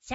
シ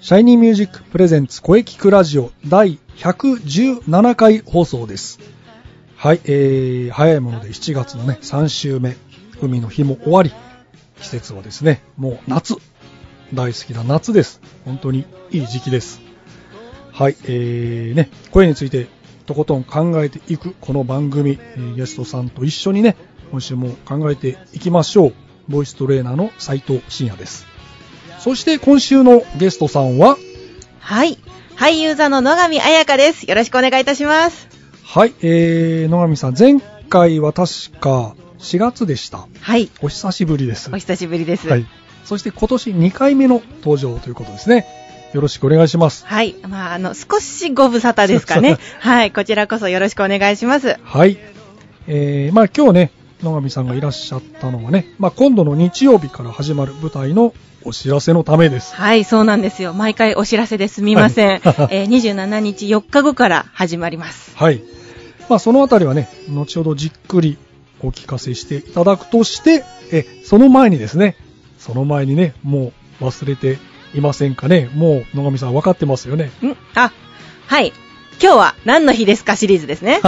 シャイニーミュージックプレゼンツ声聞くラジオ第117回放送です。はい、えー、早いもので7月のね、3週目、海の日も終わり、季節はですね、もう夏。大好きな夏です。本当にいい時期です。はい、えー、ね、声についてとことん考えていくこの番組、えーゲストさんと一緒にね、今週も考えていきましょう。ボイストレーナーの斉藤慎也です。そして今週のゲストさんは、はい。俳優座の野上彩香です。よろしくお願いいたします。はい、えー、野上さん、前回は確か4月でした。はい。お久しぶりです。お久しぶりです。はい。そして今年2回目の登場ということですね。よろしくお願いします。はい。まあ、あの、少しご無沙汰ですかね。 はい。こちらこそよろしくお願いします。はい。えー、まあ今日ね、野上さんがいらっしゃったのはね、まあ今度の日曜日から始まる舞台のお知らせのためです。はい、そうなんですよ。毎回お知らせですみません。はい えー27日4日後から始まります。はい。まあそのあたりはね、後ほどじっくりお聞かせしていただくとして、え、その前にですね、その前にね、もう忘れていませんかね。もう野上さん分かってますよね。 んあ、はい。今日は何の日ですかシリーズですね。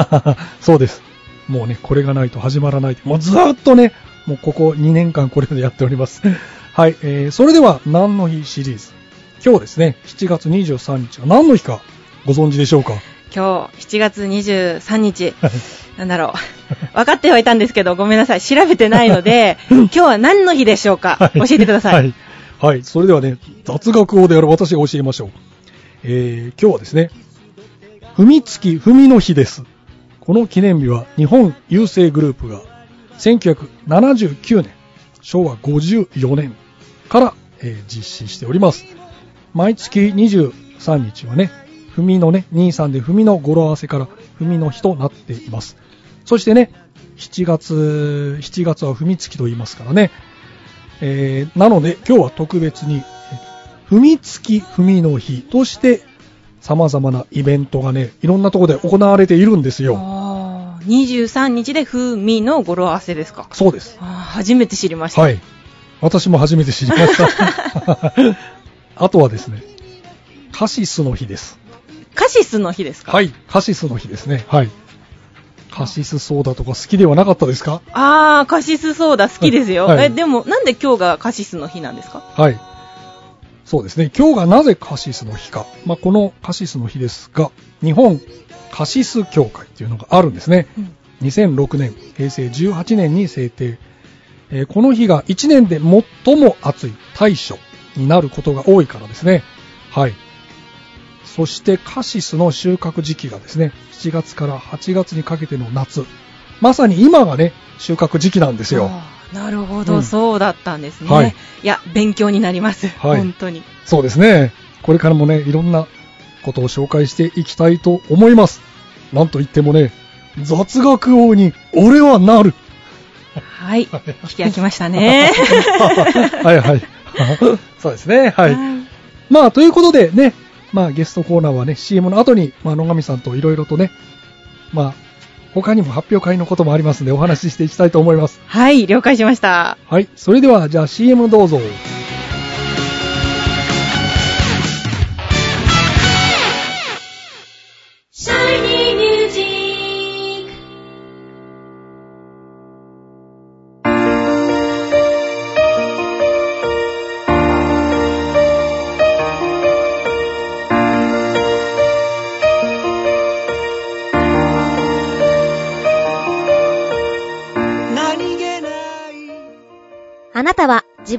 そうです。もうね、これがないと始まらない。もうずーっとね、もうここ2年間これでやっております。 はい、えー、それでは、何の日シリーズ。今日ですね、7月23日は何の日かご存知でしょうか今日7月23日。なんだろう。分かってはいたんですけど、ごめんなさい。調べてないの で、今日は何の日でしょうか、はい教えてください。はい。はい。それではね、雑学をである私が教えましょう。えー、今日はですね、踏みつき踏みの日です。この記念日は日本郵政グループが1979年、昭和54年から、えー実施しております。毎月23日はね、踏みのね、23で踏みの語呂合わせから踏みの日となっています。そしてね、7月、7月は踏みつきと言いますからね、えーなので今日は特別にえ踏みつき踏みの日として様々なイベントがね、いろんなところで行われているんですよ。あー23日で風味の語呂合わせですか。そうです。あー初めて知りました。はい。私も初めて知りました。あとはですね、カシスの日です。カシスの日ですか。はい。カシスの日ですね。はい。カシスソーダとか好きではなかったですかあー、カシスソーダ好きですよ。はいえ、でも、なんで今日がカシスの日なんですかはい。そうですね。今日がなぜカシスの日か。まあ、このカシスの日ですが、日本カシス協会っていうのがあるんですね。うん2006年、平成18年に制定。えーこの日が1年で最も暑い大暑になることが多いからですね。はい。そしてカシスの収穫時期がですね、7月から8月にかけての夏。まさに今がね、収穫時期なんですよ。あーなるほど、うんそうだったんですね。はいい、や、勉強になります。はい本当に。そうですね。これからもね、いろんなことを紹介していきたいと思います。なんといってもね、雑学王に俺はなる。はい。引き開きましたね。はいはい。 そうですね。 はい。まあ、ということでね、まあ、ゲストコーナーはね、CM の後に、まあ、野上さんといろいろとね、まあ、他にも発表会のこともありますんで、お話ししていきたいと思います。はい、了解しました。はい。それでは、じゃあ CM どうぞ。シャイニーミュージックあなたは自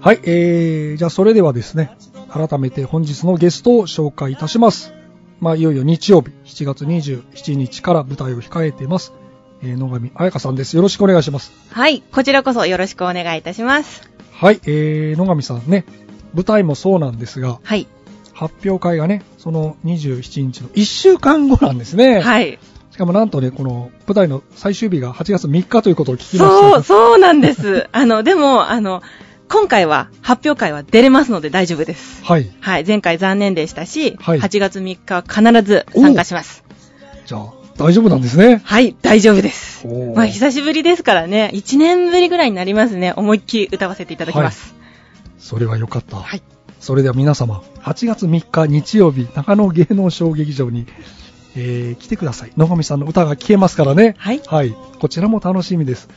はい、えー、じゃあそれではですね、改めて本日のゲストを紹介いたします。まあ、いよいよ日曜日、7月27日から舞台を控えています、えー、野上彩香さんです。よろしくお願いします。はい、こちらこそよろしくお願いいたします。はい、えー、野上さんね、舞台もそうなんですが、はい、発表会がね、その27日の1週間後なんですね。はい。しかもなんとね、この舞台の最終日が8月3日ということを聞きましそた。う、そうなんです。あの、でも、あの、今回は発表会は出れますので大丈夫です。はい。はい、前回残念でしたし、はい8月3日は必ず参加します。じゃあ、大丈夫なんですね。はい、大丈夫ですおー。まあ、久しぶりですからね、1年ぶりぐらいになりますね。思いっきり歌わせていただきます。それはよかった。はいそれでは皆様、8月3日日曜日、中野芸能小劇場に、えー来てください。野上さんの歌が聴けますからね。はいこちらも楽しみです。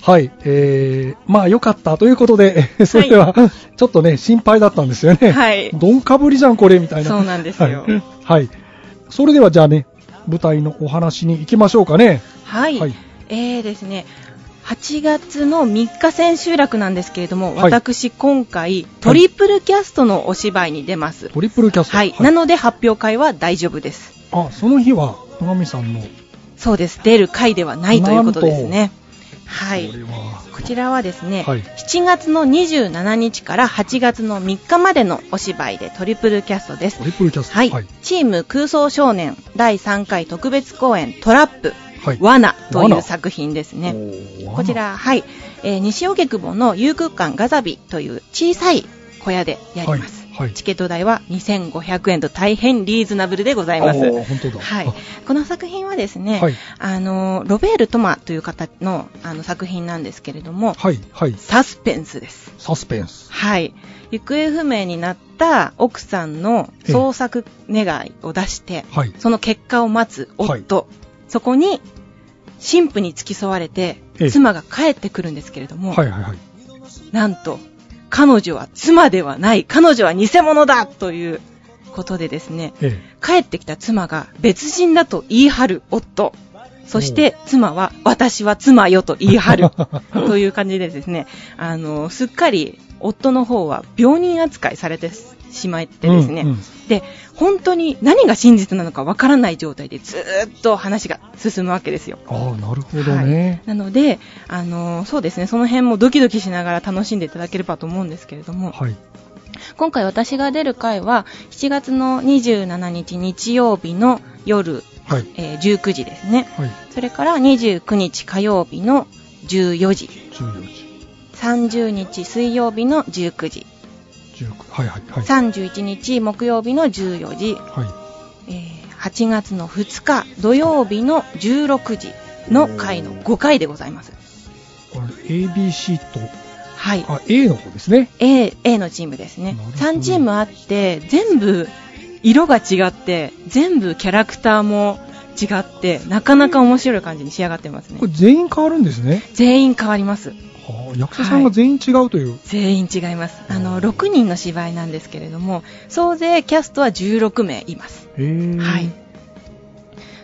はい。えー、まあよかったということで、えーそれでは、ちょっとね、心配だったんですよね。はいどんかぶりじゃん、これ、みたいな。そうなんですよはい。はいそれではじゃあね、舞台のお話に行きましょうかね。はい。はいえーですね、8月の3日千秋楽なんですけれども、はい私今回トリプルキャストのお芝居に出ます。トリプルキャスト。はい。なので発表会は大丈夫です。あ、その日は、野上さんの、そうです。出る回ではないということですね。はいこ。れは、こちらはですね、はい7月の27日から8月の3日までのお芝居でトリプルキャストですト。リプルキャスト。はい、はい。チーム空想少年第3回特別公演トラップ、はい罠とい罠う作品ですおね。ーこち。ら、はい、えー西荻窪の遊空間ガザビという小さい小屋でやります。はいはいチケット代は2500円と大変リーズナブルでございます。おー本当だ。はいあ、この作品はですね、はいあのロベール・トマという方のあの作品なんですけれども、はい、はい。サスペンスです。サスペンス。はい。行方不明になった奥さんの捜索願いを出して、はい。その結果を待つ夫、そこに神父に付き添われてええ、妻が帰ってくるんですけれども、はい、はい、はい。なんと、彼女は妻ではない、彼女は偽物だということでですね、え帰ってきた妻が別人だと言い張る夫。そして妻は私は妻よと言い張る という感じでですね、あの、すっかり夫の方は病人扱いされてしまってですね、うんうんで、本当に何が真実なのかわからない状態でずーっと話が進むわけですよ。え。ああ、なるほどね。なので、あの、そうですね、その辺もドキドキしながら楽しんでいただければと思うんですけれども、はい。今回私が出る回は7月の27日日曜日の夜、はい。えー19時ですねはい。それから29日火曜日の14時14時、 30日水曜日の19時19。はい、はい、はい。 31日木曜日の14時、はえー8月の2日土曜日の16時の回の5回でございますい。これ、ABC と、はいあ、A の方ですね。 A, A のチームですねなるほど3チームあって全部色が違って全部キャラクターも違って、なかなか面白い感じに仕上がってますねこ。れ全員変わるんですね。全員変わります。はあ役者さんが全員違うという。全員違います。あの、6人の芝居なんですけれども、総勢キャストは16名います。へーはい。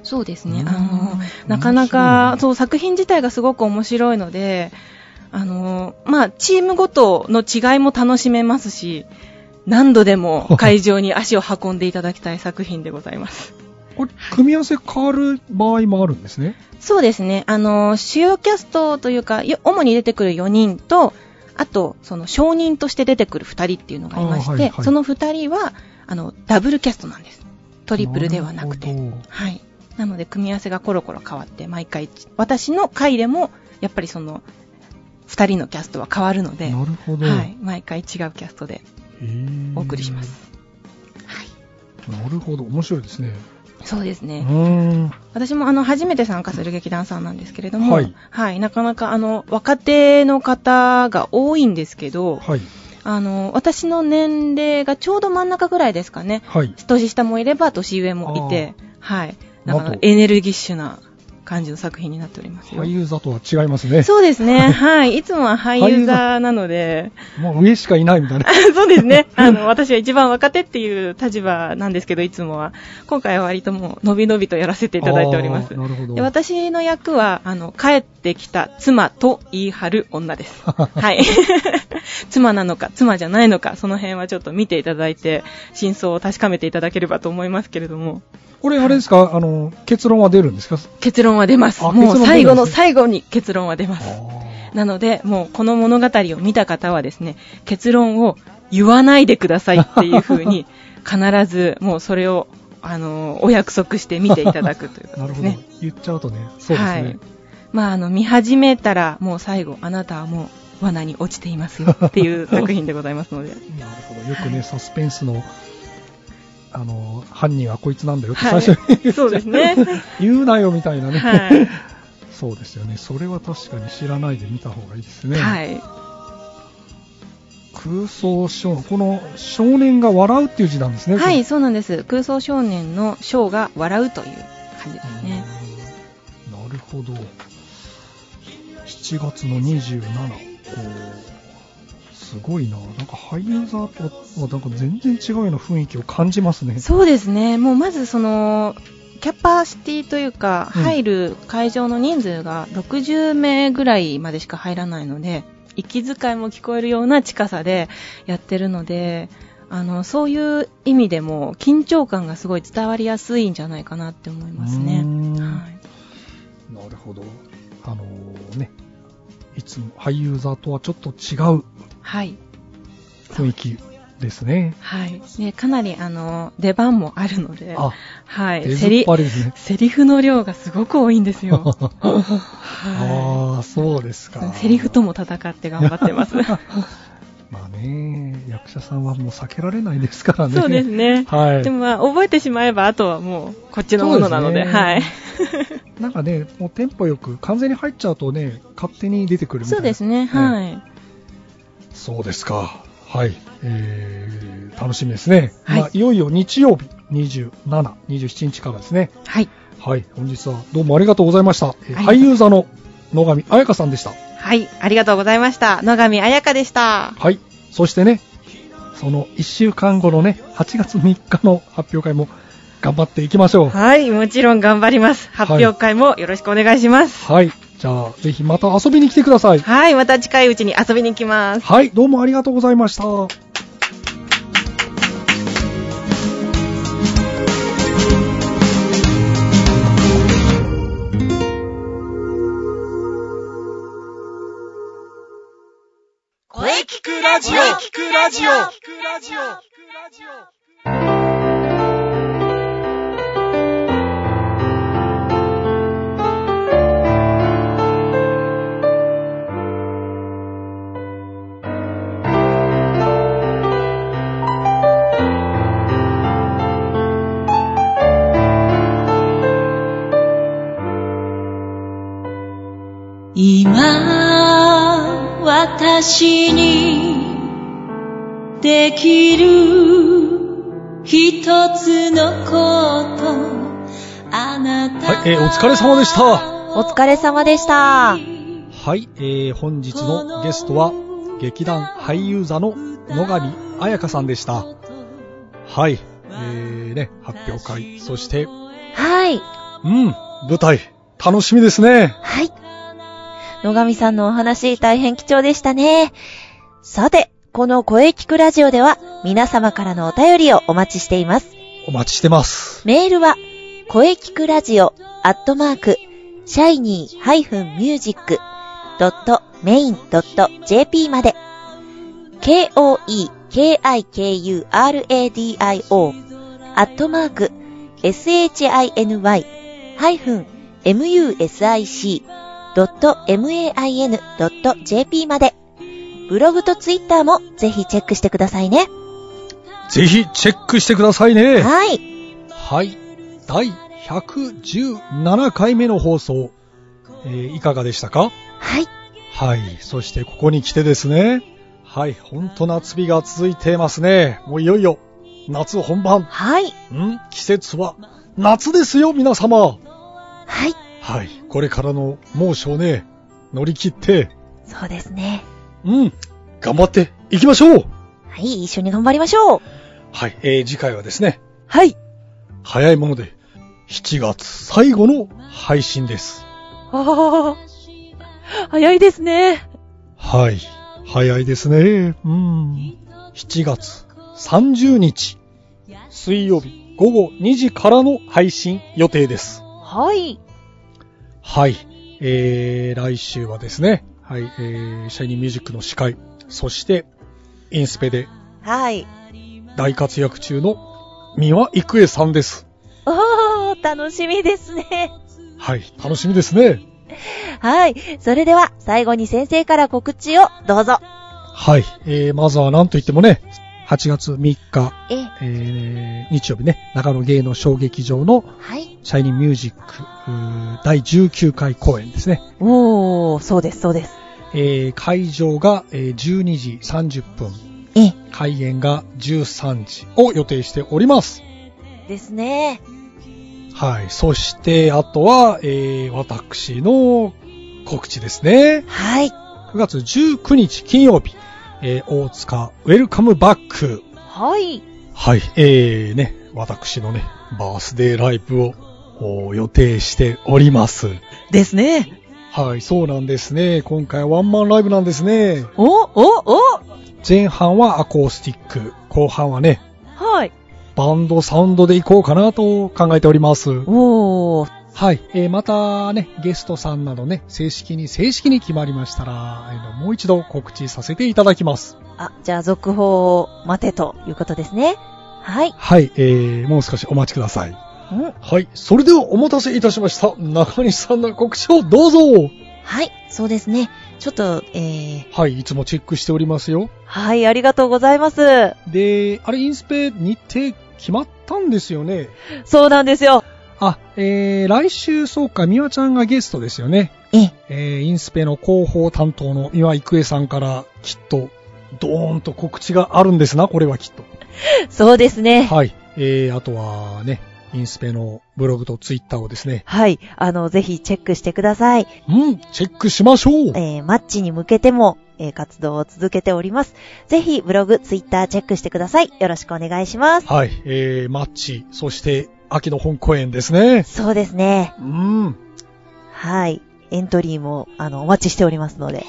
そうですねう。んあの、なか面白いねなか、そう、作品自体がすごく面白いので、あの、まあ、チームごとの違いも楽しめますし、何度で も会場に足を運んでいただきたい作品でございます。これ、組み合わせ変わる場合もあるんですね。そうですね。あの、主要キャストというか、よ主に出てくる4人と、あと、その、証人として出てくる2人っていうのがいまして、あーはいはいその2人は、あの、ダブルキャストなんです。トリプルではなくて。るほどはい。なので、組み合わせがコロコロ変わって、毎回、私の回でも、やっぱりその、2人のキャストは変わるので、なるほど。はい。毎回違うキャストでへーお送りします。。はい。なるほど。面白いですね。そうですうね。ーん。私もあの初めて参加する劇団さんなんですけれども、ははいい、なかなかあの若手の方が多いんですけど、はい。あの私の年齢がちょうど真ん中ぐらいですかね、はい。年下もいれば年上もいて、はい、なかなあかとエネルギッシュな感じの作品になっておりますよ俳。優座とは違います ね。そうですね、はい、いつもは俳優座なので、もう上しかいないみたいな。そうです ね。あの、私は一番若手っていう立場なんですけど、いつもは。今回は割ともう、のびのびとやらせていただいておりますあー。なるほどで私の役は、あの、帰ってきた妻と言い張る女 です。はい。 妻なのか、妻じゃないのか、その辺はちょっと見ていただいて、真相を確かめていただければと思いますけれども、これ、あれですか、あの、結論は出るんですか結論は出ます。あもう結論出るんですね最後の最後に結論は出ます。あなので、もうこの物語を見た方はですね、結論を言わないでくださいっていう風に、必ずもうそれを、あのお約束して見ていただくというこーと なるですほねど。。言っちゃうとね、そうですはねい。まあ、あの、見始めたら、もう最後、あなたはもう罠に落ちていますよっていう作品でございますので。なるほど。よくね、サスペンスの、あの、犯人はこいつなんだよっては 最い。初にそうですね。言うなよみたいなね。はそうですよね。それは確かに知らないで見た方がいいですい。ね。はい。空想少年。この少年が笑うっていう字なんですね。はい、そうなんです。空想少年のショーが笑うという感じですね。うんなるほど。7月の27。おーすごいな。なんか俳優座とはなんか全然違うような雰囲気を感じますね。そうですね。もうまずその、キャパシティというか、うん入る会場の人数が60名ぐらいまでしか入らないので、息遣いも聞こえるような近さでやってるので、あの、そういう意味でも緊張感がすごい伝わりやすいんじゃないかなって思いますねうー。んはいなるほど。あのーね、いつも俳優座とはちょっと違うはい。雰囲気ですね。はい。で、かなりあの、出番もあるので、あ、はい。出セずっリ、ぱりですね。セリフの量がすごく多いんです よ。 はい。ああ、そうですか。セリフとも戦って頑張って ます。まあね、役者さんはもう避けられないですからね。そうですね。はいで。もまあ、覚えてしまえば、あとはもう、こっちのものなので、そうですねはい。なんかね、もうテンポよく、完全に入っちゃうとね、勝手に出てくるみたいな。そうですね、い。はい。そうですか。はい。えー、楽しみですね。はいまあ、いよいよ日曜日、27、27日からですね。はい。はい。本日はどうもありがとうございました。ありえーがとう俳優座の野上彩香さんでした。はい。ありがとうございました。野上彩香でした。はい。そしてね、その1週間後のね、8月3日の発表会も頑張っていきましょう。はい。もちろん頑張ります。発表会もよろしくお願いします。はい。じゃあ、ぜひまた遊びに来てください。はい。また近いうちに遊びに行きます。はい。どうもありがとうございました。声聞くラジオ声聞くラジオ今私にできる一つのことあなたはい、えーお疲れ様でした。はお疲れ様でした。い、えー本日のゲストは、劇団俳優座の野上彩香さんでした。はい、えーね、発表会、そして、はい。うん、舞台、楽しみですね。はい。野上さんのお話、大変貴重でしたね。さて、この声聞くラジオでは、皆様からのお便りをお待ちしています。お待ちしてます。メールは、声聞くラジオ、アットマーク、シャイニー -music.main.jp まで、k-o-e-k-i-k-u-r-a-d-i-o、アットマーク、shiny-music.main.jp まで、ブログとツイッターもぜひチェックしてくださいね。ぜひ、チェックしてくださいね。はい。はい。第117回目の放送、えーいかがでしたかはい。はい。そしてここに来てですね。はい。ほんと夏日が続いてますね。もういよいよ夏本番。はい。ん季節は夏ですよ、皆様。はい。はい。これからの猛暑をね、乗り切って、そうですね。うん。頑張っていきましょうはい。一緒に頑張りましょう。はい。えー次回はですね、はい。早いもので、7月最後の配信です。ああ、早いですね。はい。早いですね。うん。7月30日、水曜日午後2時からの配信予定です。はい。はい。えー、来週はですね、はい、えー、シャイニーミュージックの司会、そして、インスペではい。大活躍中の三輪郁恵さんです。おー、楽しみですね。はい。楽しみですね。はい。それでは、最後に先生から告知をどうぞ。はい。えー、まずは何と言ってもね、8月3日、え、えー、日曜日ね、長野芸能小劇場のはい。シャイニーミュージックうー第19回公演ですね。おー、そうです、そうです。えー会場がえー12時30分、え、開演が13時を予定しております。ですね。はい。そして、あとは、えー私の告知ですね。はい。 9月19日金曜日、えー大塚ウェルカムバック。はい。はい。えー、ね、私のね、バースデーライブをお予定しております。ですね。はい、そうなんですね。今回はワンマンライブなんですね。お、お、お前半はアコースティック、後半はね、はい。バンドサウンドで行こうかなと考えております。おー、はい、えーまたね、ゲストさんなどね、正式に、正式に決まりましたら、あのもう一度告知させていただきます。あ、じゃあ、続報を待てということですね。はい。はい、えー、もう少しお待ちください。うん。はい、それではお待たせいたしました。中西さんの告知をどうぞはい。そうですね。ちょっと、えー、はい、いつもチェックしておりますよ。はい、ありがとうございます。で、あれ、インスペ日程決まったんですよね。そうなんですよ。あ、えー、来週、そうか、美和ちゃんがゲストですよね。え、えー、インスペの広報担当の美和郁恵さんから、きっと、ドーンと告知があるんですな、これはきっと。そうですね。はい。えー、あとはね、インスペのブログとツイッターをですね、はい。あの、ぜひチェックしてください。うん、チェックしましょうえーマッチに向けても、えー活動を続けております。ぜひ、ブログ、ツイッターチェックしてください。よろしくお願いします。はい、えー、マッチ、そして、秋の本公演ですね。そうですね。うん、ははい。エントリーも、あの、お待ちしておりますので、い。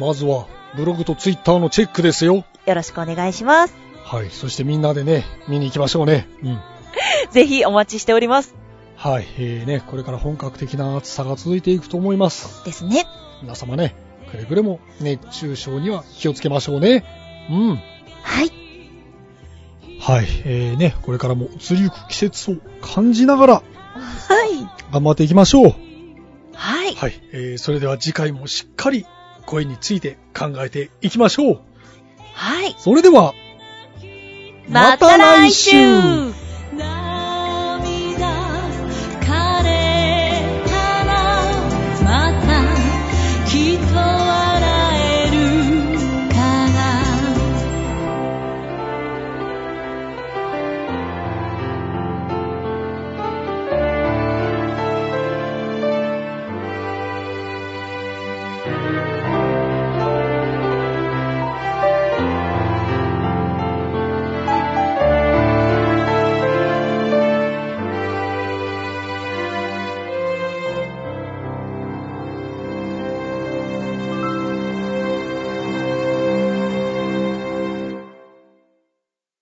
まずは、ブログとツイッターのチェックですよ。 よろしくお願いします。はい、そしてみんなでね、見に行きましょうね。うん。ぜひ、お待ちしております。はい、えーね、これから本格的な暑さが続いていくと思います。ですね。皆様ね、くれぐれも熱中症には気をつけましょうね。うん。はい。はい、えーね、これからも移りゆく季節を感じながらはい。頑張っていきましょう。はい。はい、えーそれでは次回もしっかり声について考えていきましょう。はい。それでは、また来週